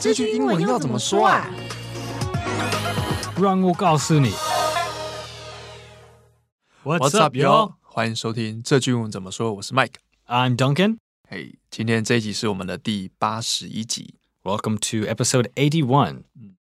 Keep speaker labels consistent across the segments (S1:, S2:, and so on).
S1: 这句英文要怎么说啊？
S2: 让我告诉你。
S3: What's up, yo？欢迎收听这句英文怎么说。我是 Mike。
S2: I'm Duncan.
S3: 嘿、今天这一集是我们的第八十一集，
S2: Welcome to episode 81.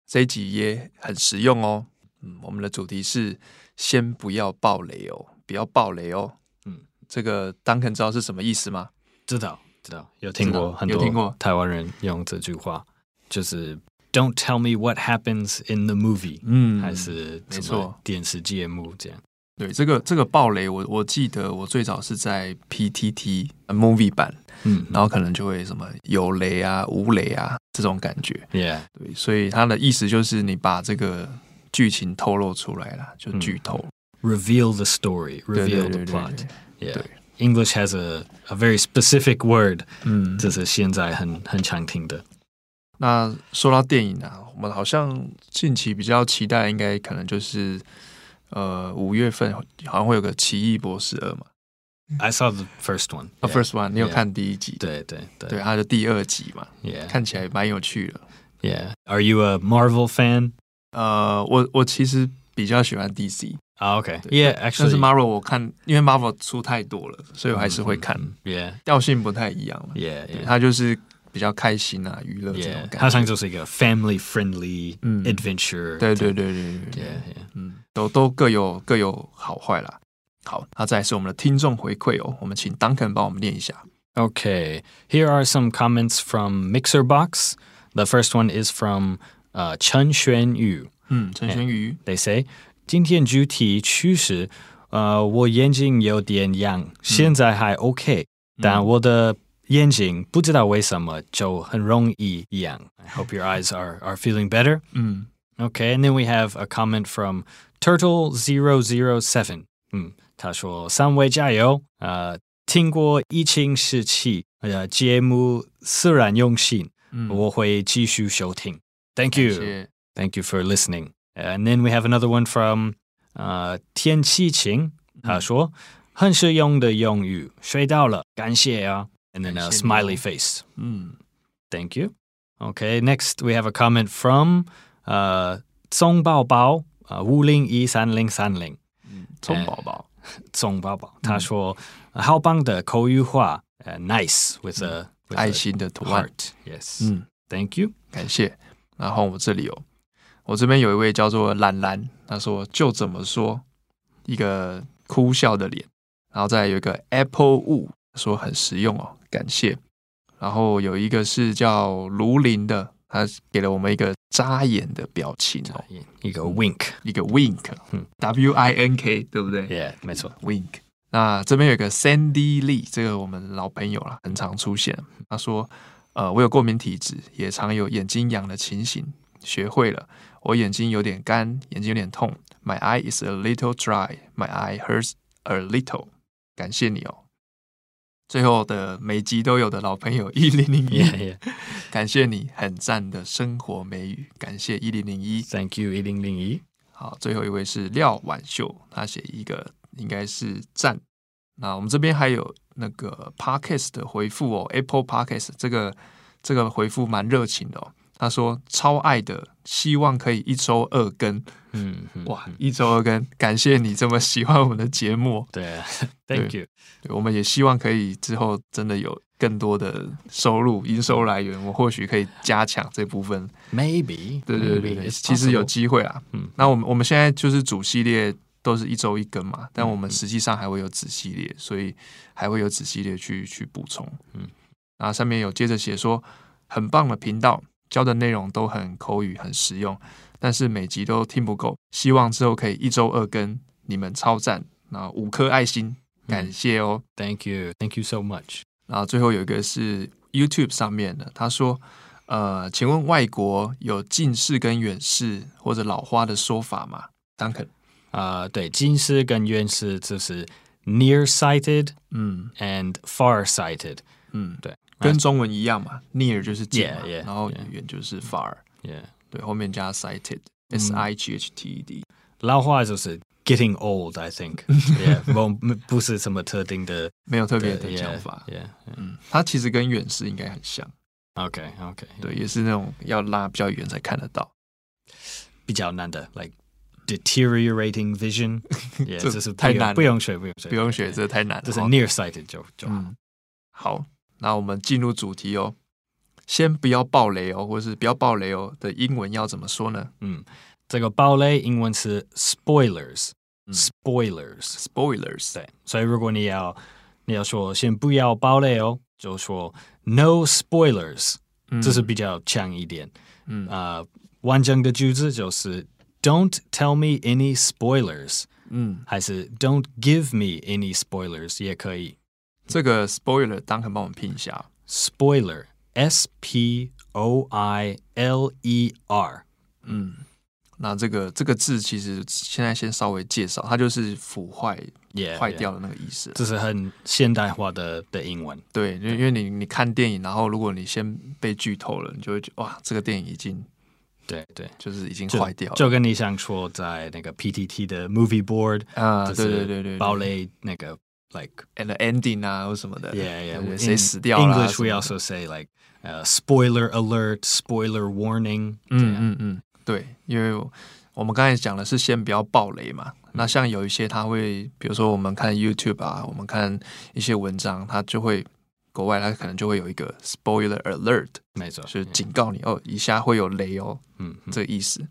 S3: 这一集也很实用哦。嗯，我们的主题是先不要暴雷哦，不要暴雷哦。
S2: 嗯
S3: 嗯，这个 Duncan 知道是什么意思吗？
S2: 知道知道，有听
S3: 知
S2: 过
S3: 道
S2: 很多
S3: 有听过
S2: 台湾人用这句话，就是 "Don't tell me what happens in the movie"，、
S3: 嗯
S2: 还是
S3: 没
S2: 什么
S3: 错
S2: 电视节目这样。
S3: 对这个这个暴雷我，我记得我最早是在 PTT 呃 Movie 版，
S2: 嗯
S3: 然后可能就会什么有雷啊、无雷啊这种感觉。
S2: ，Yeah，
S3: 对，所以它的意思就是你把这个剧情透露出来了，就剧透。
S2: reveal the
S3: 对
S2: story, 嗯 reveal
S3: 对
S2: the
S3: 对对
S2: plot.
S3: 对
S2: Yeah.
S3: 对
S2: English has a, a very specific word，、
S3: 嗯，
S2: 这是现在很很常听的。
S3: 那说到电影啊，我们好像近期比较期待，应该可能就是呃五月份好像会有个《奇异博士二》嘛。
S2: I saw the first one.
S3: 啊
S2: yeah
S3: ，First One，你有
S2: Yeah
S3: 看第一集？
S2: 对对对
S3: 对，它的第二集嘛，
S2: ，Yeah
S3: 看起来蛮有趣的。
S2: Yeah。Are you a Marvel fan?
S3: 呃，我我其实比较喜欢 DC，
S2: 啊、o k
S3: 对
S2: Oh, Yeah,
S3: 但
S2: actually,
S3: 是 Marvel 我看，因为 Marvel 出太多了，所以我还是会看，
S2: 嗯。嗯
S3: 调性不太一样嘛。
S2: Mm-hmm. Yeah, yeah,
S3: 对
S2: yeah.
S3: 它就是比较开心啊，娱乐这种
S2: Yeah，
S3: 感觉。
S2: 它像就是一个 family friendly
S3: 嗯
S2: adventure，、
S3: 对对对对对对
S2: Yeah, yeah.
S3: 嗯，都都各有各有好坏啦。好，那再来是我们的听众回馈哦，我们请 Duncan 帮我们念一下。
S2: Okay, here are some comments from Mixer Box. The first one is from uh, Chen Xuan Yu.
S3: 嗯，陈轩宇，
S2: They say，今天主题趋势，呃，我眼睛有点痒，现在还 OK，、但我的眼睛不知道为什么就很容易痒。I hope your eyes are are feeling better.
S3: 嗯
S2: Okay, and then we have a comment from Turtle 007. 呃
S3: 嗯，
S2: Thank
S3: 感
S2: you.
S3: 谢
S2: Thank you for listening. And then we have another one from uh,
S3: 嗯
S2: 天气晴，他说很实用的用语，学到了，感谢啊。And then a
S3: 感谢你哦。
S2: smiley face.
S3: 嗯
S2: Thank you. Okay, next we have a comment from uh, 宗宝宝, uh, 5013030.
S3: 嗯，聪宝宝，
S2: 宗宝宝，他说，好棒的口语化，呃，nice Uh, with a with
S3: 爱
S2: a
S3: 心的图案，
S2: heart. Yes.
S3: 嗯，
S2: Thank you.
S3: 感谢。然后我这里有，我这边有一位叫做兰兰，她说就怎么说，一个哭笑的脸，然后再有一个 Apple Wu 说很实用哦，感谢。然后有一个是叫卢林的，他给了我们一个眨眼的表情哦，
S2: 一个 wink.
S3: 一个 wink，
S2: 嗯
S3: w i n k，对不对
S2: Yeah, 没错。
S3: wink。那这边有一个 Sandy Lee，这个我们老朋友啦，很常出现。他说：“呃，我有过敏体质，也常有眼睛痒的情形，学会了。我眼睛有点干，眼睛有点痛。My eye is a little dry. My eye hurts a little。”感谢你哦。最后的每集都有的老朋友一零零 一
S2: Yeah, yeah.
S3: 感谢你很赞的生活美语，感谢一零零一。
S2: Thank you, 1001.
S3: 好，最后一位是廖婉秀，他写一个应该是赞。那我们这边还有那个 Podcast 的回复哦，Apple Podcast 这个这个回复蛮热情的哦。他说超爱的，希望可以一周二更，
S2: 嗯，嗯，
S3: 哇，一周二更，感谢你这么喜欢我们的节目。哦
S2: 对啊。Thank you.
S3: 对我们也希望可以之后真的有更多的收入、营收来源，我们或许可以加强这部分
S2: Maybe.
S3: 对对
S2: maybe
S3: 对对，
S2: it's
S3: 其实有
S2: possible.
S3: 机会啦。
S2: 嗯
S3: 嗯，那我们我们现在就是主系列都是一周一更嘛，但我们实际上还会有子系列，所以还会有子系列去去补充。
S2: 嗯
S3: 嗯，然后上面有接着写说，很棒的频道，教的内容都很口语，很实用，但是每集都听不够，希望之后可以一周二更，你们超赞，那五颗爱心，感谢哦。
S2: Thank you. Thank you so much.
S3: 然后最后有一个是 YouTube 上面的，他说：“呃，请问外国有近视跟远视或者老花的说法吗？”Duncan，
S2: 啊、呃，对，近视跟远视就是 nearsighted
S3: 嗯
S2: and farsighted。
S3: 嗯，
S2: 对，
S3: 跟中文一样嘛，near 就是近嘛
S2: Yeah, yeah,
S3: 然后
S2: yeah.
S3: 远就是 far，
S2: Yeah.
S3: 对，后面加
S2: 嗯
S3: sighted，s i g h t e d，
S2: 老化就是 getting old, I think. yeah. 不不是什么特定的
S3: 没有特别的讲法。
S2: Yeah.
S3: 嗯，它其实跟远视应该很像，
S2: OK OK，
S3: 对，也是那种要拉比较远才看得到。
S2: 比较难的，like deteriorating vision，也
S3: 这
S2: 就是
S3: 太难了
S2: 不用学，不用学，
S3: 不用学，这太难了。哦
S2: 就是
S3: 好
S2: near sighted 就就好。
S3: 嗯，好，那我们进入主题哦。先不要爆雷哦，或是不要爆雷哦的英文要怎么说呢
S2: 嗯，这个暴雷英文是 spoilers，spoilers、
S3: 嗯
S2: spoilers，
S3: ？Spoilers，
S2: 对，所以如果你要你要说先不要暴雷哦，就说 no spoilers，、
S3: 嗯
S2: 这是比较强一点。
S3: 嗯
S2: 呃，完整的句子就是 don't tell me any spoilers，
S3: 嗯，
S2: 还是 don't give me any spoilers 也可以。
S3: 这个 spoiler 当肯帮我们拼一下哦。
S2: spoiler s p o i l e r
S3: 嗯，那这个这个字其实现在先稍微介绍，它就是腐坏、
S2: 也
S3: 坏掉的那个意思。
S2: 这是很现代化的的英文。
S3: 对，因为因为你你看电影，然后如果你先被剧透了，你就会觉得哇，这个电影已经
S2: 对对，
S3: 就是已经
S2: 就
S3: 坏掉了。
S2: 就跟你想说在那个 PTT 的 Movie Board，
S3: 啊，
S2: 就
S3: 对
S2: 是
S3: 对对对，
S2: 暴雷那个 like
S3: and the ending 啊，或什么的，
S2: yeah
S3: 对
S2: yeah，
S3: 谁死掉了、啊、
S2: ？English
S3: 什
S2: we
S3: 么的
S2: also say like uh, spoiler alert, spoiler warning
S3: 嗯
S2: 这样。
S3: 嗯嗯，对，因为我我们刚才讲的是先不要暴雷嘛。那像有一些他会，比如说我们看 YouTube 啊，我们看一些文章，他就会国外他可能就会有一个 spoiler alert，
S2: 没错，
S3: 就是警告你哦，以下会有雷哦，
S2: 嗯嗯
S3: 这个意思。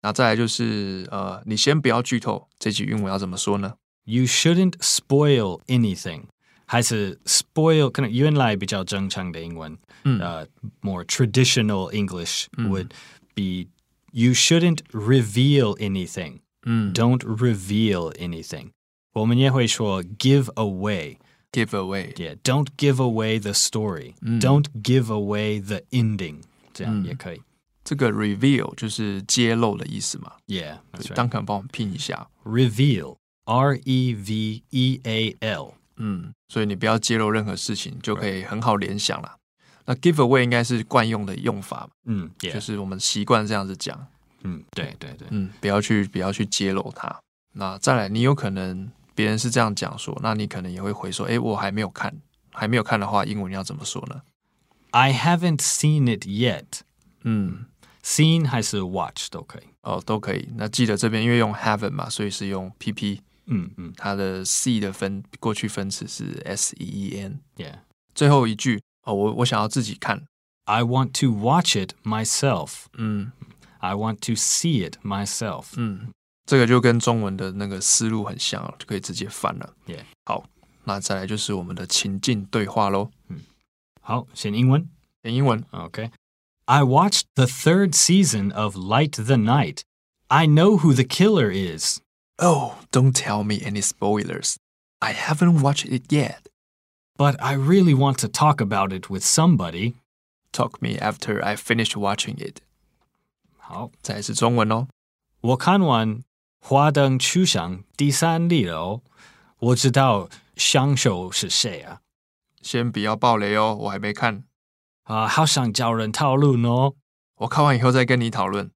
S3: 那再来就是呃，你先不要剧透，这句英文要怎么说呢？
S2: You shouldn't spoil anything，还是 spoil 可能原来比较正常的英文，
S3: 嗯
S2: 呃、more traditional English
S3: 嗯
S2: would be you shouldn't reveal anything。
S3: 嗯
S2: don't reveal anything. 我们也会说 give away.
S3: give away，
S2: Yeah, don't give away the story.
S3: 嗯
S2: Don't give away the ending.
S3: 嗯。
S2: 这样也可以。
S3: 这个 reveal 就是揭露的意思嘛。
S2: Yeah, that's right.
S3: 当肯帮我们拼一下，
S2: Reveal. R E V E A L.
S3: 嗯，所以你不要揭露任何事情，就可以很好联想了。那 give away 应该是惯用的用法，
S2: 嗯，
S3: 就
S2: Mm, yeah，Mm,
S3: 是我们习惯这样子讲，
S2: 嗯，对，对，对。
S3: 嗯，不要去不要去揭露它。那再来，你有可能别人是这样讲说，那你可能也会回说，诶，我还没有看，还没有看的话，英文要怎么说呢？
S2: I haven't seen it yet.
S3: 嗯，
S2: Seen 还是 watch
S3: 哦，都可以。那记得这边因为用 haven't 嘛，所以是用 pp，
S2: 都可以。嗯，嗯，yeah。
S3: 它的 c 的分过去分词是 s e e n。最后一句哦，我我想要自己看，
S2: I want to watch it myself.
S3: 嗯，
S2: I want to see it myself.
S3: 嗯，这个就跟中文的那个思路很像了，就可以直接翻了。
S2: Yeah
S3: 好，那再来就是我们的情境对话喽。
S2: 好，先英文。
S3: 连英文，
S2: Okay. I watched the third season of Light the Night. I know who the killer is.
S3: Oh, don't tell me any spoilers. I haven't watched it yet.
S2: But I really want to talk about it with somebody.
S3: Talk me after I finish watching it.
S2: 好，
S3: 再来是中文哦。
S2: 我看完《华灯初上》第三例了哦，我知道凶手是谁啊！
S3: 先不要爆雷哦，我还没看，
S2: 啊、好想找人讨论哦。
S3: 我看完以后再跟你讨论。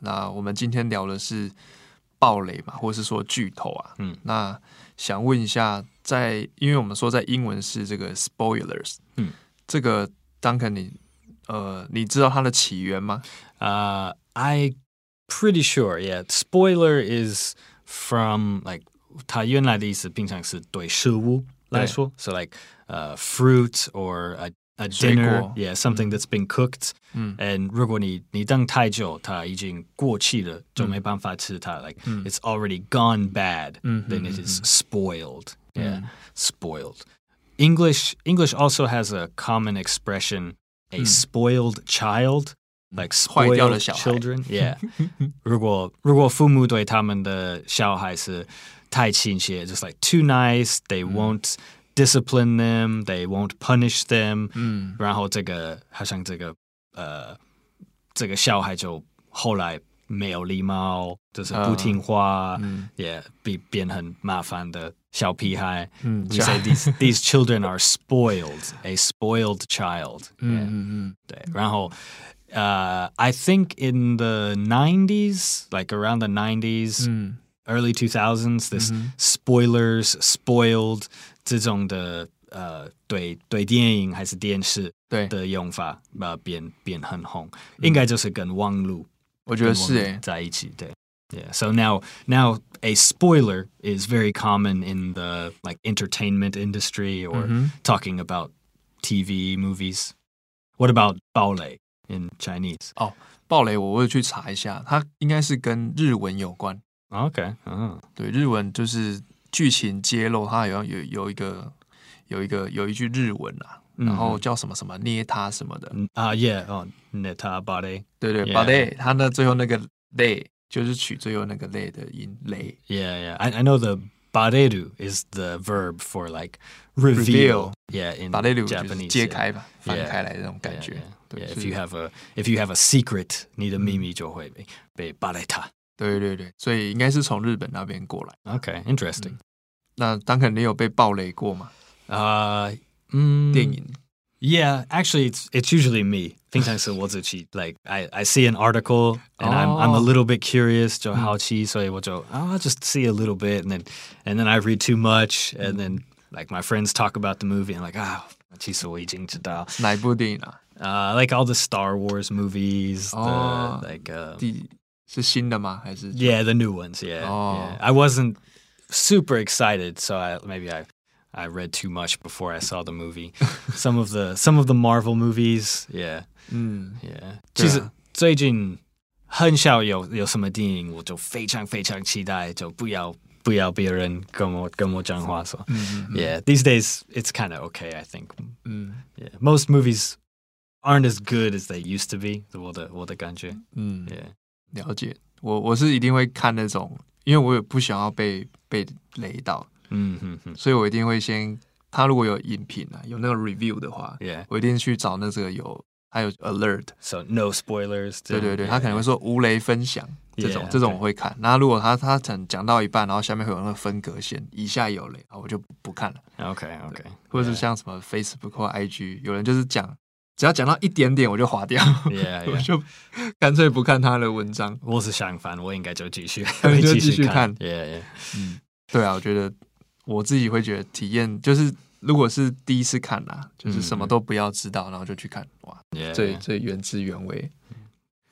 S3: 那我们今天聊的是爆雷嘛，或是说剧透啊。
S2: 嗯
S3: 那想问一下，在因为我们说在英文是这个 spoilers，
S2: 嗯，
S3: 这个 Duncan 你呃，你知道它的起源吗？
S2: Uh, I pretty sure, yeah. Spoiler is from like 它原来的意思平常是对食物来说, so like uh, fruit or a, a
S3: 水果。
S2: dinner, yeah, something that's been cooked.
S3: 嗯
S2: And 如果你你等太久，它已经过期了，就没办法吃它。Like
S3: 嗯。
S2: it's already gone bad,
S3: 嗯
S2: then
S3: 嗯
S2: it
S3: Mm.
S2: is
S3: 嗯
S2: spoiled. Yeah,
S3: 嗯
S2: spoiled. English English also has a common expression, a
S3: 嗯。
S2: spoiled child like
S3: 坏掉的 Hmm.
S2: spoiled
S3: 小孩。
S2: children. Yeah. 如果如果父母对他们的小孩是太亲切, just like too nice, they
S3: Hmm.
S2: won't discipline them, they won't punish them.
S3: 嗯
S2: 然后这个好像这个呃这个小孩就后来没有礼貌，就是不听话，
S3: 嗯
S2: 也被变很麻烦的小屁孩。
S3: 嗯，
S2: We say
S3: 像
S2: these these children are spoiled, a spoiled child.
S3: 嗯嗯嗯
S2: Yeah. 对，然后, uh, I think in the 90s, like around the 90s,
S3: 嗯 Mm-hmm.
S2: early 2000s, this spoilers, spoiled 这种的呃对对电影还是电视
S3: 对，
S2: 的用法呃变变很红，应该就是跟网络
S3: 我觉得是欸诶、
S2: 在一起，对。Yeah. So now, now a spoiler is very common in the like entertainment industry or
S3: Mhm.
S2: talking about TV movies. What about ballet in Chinese?
S3: 哦暴雷我会去查一下，它应该是跟日文有关。
S2: Okay. Oh.
S3: 对，日文就是剧情揭露，它好像有有一个有一个有一句日文啊，然
S2: Oh. 嗯
S3: 后叫什么什么捏他什么的。
S2: Mm-hmm. Uh, yeah. Oh, neta ballet.
S3: 对对
S2: Yeah.
S3: 把 y 它那最后那个 lay 就是取最后那个 lay 的音 lay。
S2: Yeah, yeah. I, I know the bareru is the verb for like reveal.
S3: Reveal.
S2: Yeah, in
S3: 把 lay 就是
S2: 嗯 Japanese.
S3: 揭
S2: yeah.
S3: 开吧，翻开来的那种感
S2: Yeah,
S3: 觉
S2: yeah.。
S3: 对
S2: Yeah,
S3: 是
S2: if you Mm. have a if you have a secret, 你的秘密就会被被巴雷塔。
S3: 对对对，所以应该是从日本那边过来。
S2: Okay, interesting.
S3: 那当肯你有被暴雷过吗？
S2: Uh, mm,
S3: 电影
S2: Yeah, actually, it's it's usually me. 平常是我自己 like I I see an article and I'm I'm a
S3: Oh.
S2: little bit curious 就好奇，所以我就 oh, I'll just see a little bit and then and then I read too much
S3: Mm.
S2: and then like my friends talk about the movie and like ah. 其实我已经知道，
S3: 哪一部电影啊？
S2: uh, like all the Star Wars movies,
S3: Oh.
S2: the, like uh,
S3: 第是新的吗？还是
S2: Yeah, the new ones. Yeah,
S3: Oh.
S2: yeah. I wasn't super excited, so I maybe I I read too much before I saw the movie. some of the some of the Marvel movies. Yeah,
S3: 嗯
S2: yeah.
S3: 对啊。
S2: 其实最近很少有有什么电影，我就非常非常期待，就不要不要别人跟我跟我讲话说。
S3: 嗯嗯
S2: Yeah, these days it's kind of okay, I think.
S3: 嗯
S2: Yeah, most movies aren't as good as they used to be. 我的我的感觉。
S3: 嗯，
S2: Yeah.
S3: 了解。我我是一定会看那种，因为我也不想要被被雷到，
S2: 嗯哼哼。Yeah.
S3: 所以我一定会先，他如果有影评啊，有那个 review 的话，我一定去找那个有他有 alert，
S2: So no spoilers.
S3: 对对对，
S2: 这样。
S3: 他可能会说无雷分享这种
S2: Yeah，
S3: 这种我会看。那如果他他讲讲到一半，然后下面会有那个分隔线，以下有雷，啊，我就不不看了。
S2: Okay, okay.
S3: 或者是像什么 Facebook 或 IG，有人就是讲，只要讲到一点点我就划掉
S2: Yeah,
S3: 我
S2: yeah.
S3: 就干脆不看他的文章。
S2: 我是相反，我应该就继续，
S3: 你就继续看。
S2: Yeah, yeah.
S3: 对啊，我觉得我自己会觉得体验就是，如果是第一次看啦、
S2: 嗯
S3: 就是什么都不要知道，然后就去看，哇，
S2: Yeah,
S3: 最
S2: yeah.
S3: 最原汁原味。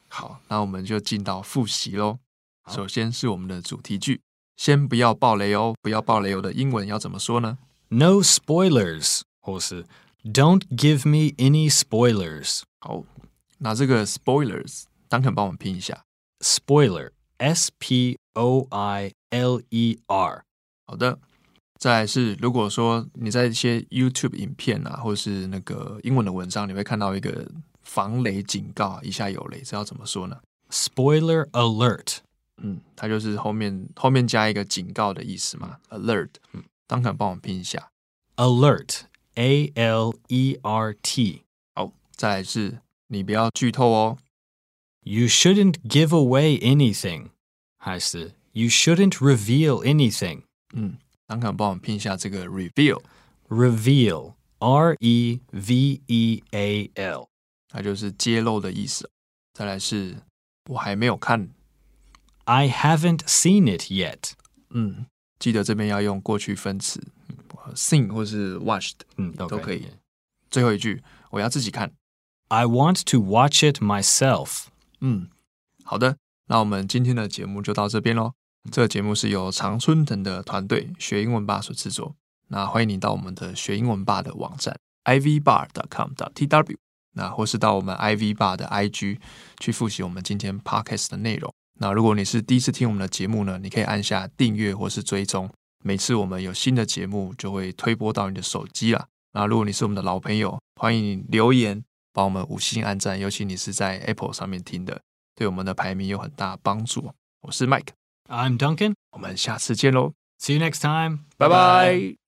S3: 好，那我们就进到复习喽。
S2: 好
S3: 首先是我们的主题句，先不要爆雷哦，不要爆雷哦的英文要怎么说呢？
S2: No spoilers. 或是 Don't give me any spoilers.
S3: 好，那这个 spoilers，当肯帮我们拼一下。
S2: Spoiler. S P O I L E R.
S3: 好的，再来是如果说你在一些 YouTube 影片啊，或是那个英文的文章，你会看到一个防雷警告啊，以下有雷，这要怎么说呢？
S2: Spoiler alert.
S3: 嗯，它就是后面后面加一个警告的意思嘛，alert。当肯帮我们拼一下。
S2: Alert. A L E R T.
S3: 好，再来是你不要剧透哦。
S2: You shouldn't give away anything. 还是 You shouldn't reveal anything.
S3: 嗯，当肯帮我们拼一下这个 reveal，
S2: Reveal. R E V E A L.
S3: 它就是揭露的意思。再来是我还没有看，
S2: I haven't seen it yet.
S3: 嗯，记得这边要用过去分词，seen 呃或是 watched。都可以。
S2: Hmm,
S3: 最后一句，我要自己看。
S2: I want to watch it myself.
S3: 嗯，好的，那我们今天的节目就到这边喽。这个节目是由常春藤的团队学英文吧所制作。那欢迎你到我们的学英文吧的网站 ivbar.com.tw，那或是到我们 iv bar 的 IG 去复习我们今天 podcast 的内容。那如果你是第一次听我们的节目呢，你可以按下订阅或是追踪，每次我们有新的节目就会推播到你的手机啦。那如果你是我们的老朋友，欢迎你留言帮我们五星按赞，尤其你是在 Apple 上面听的，对我们的排名有很大帮助。我是 Mike，
S2: I'm Duncan.
S3: 我们下次见喽，
S2: See you next time.
S3: 拜拜。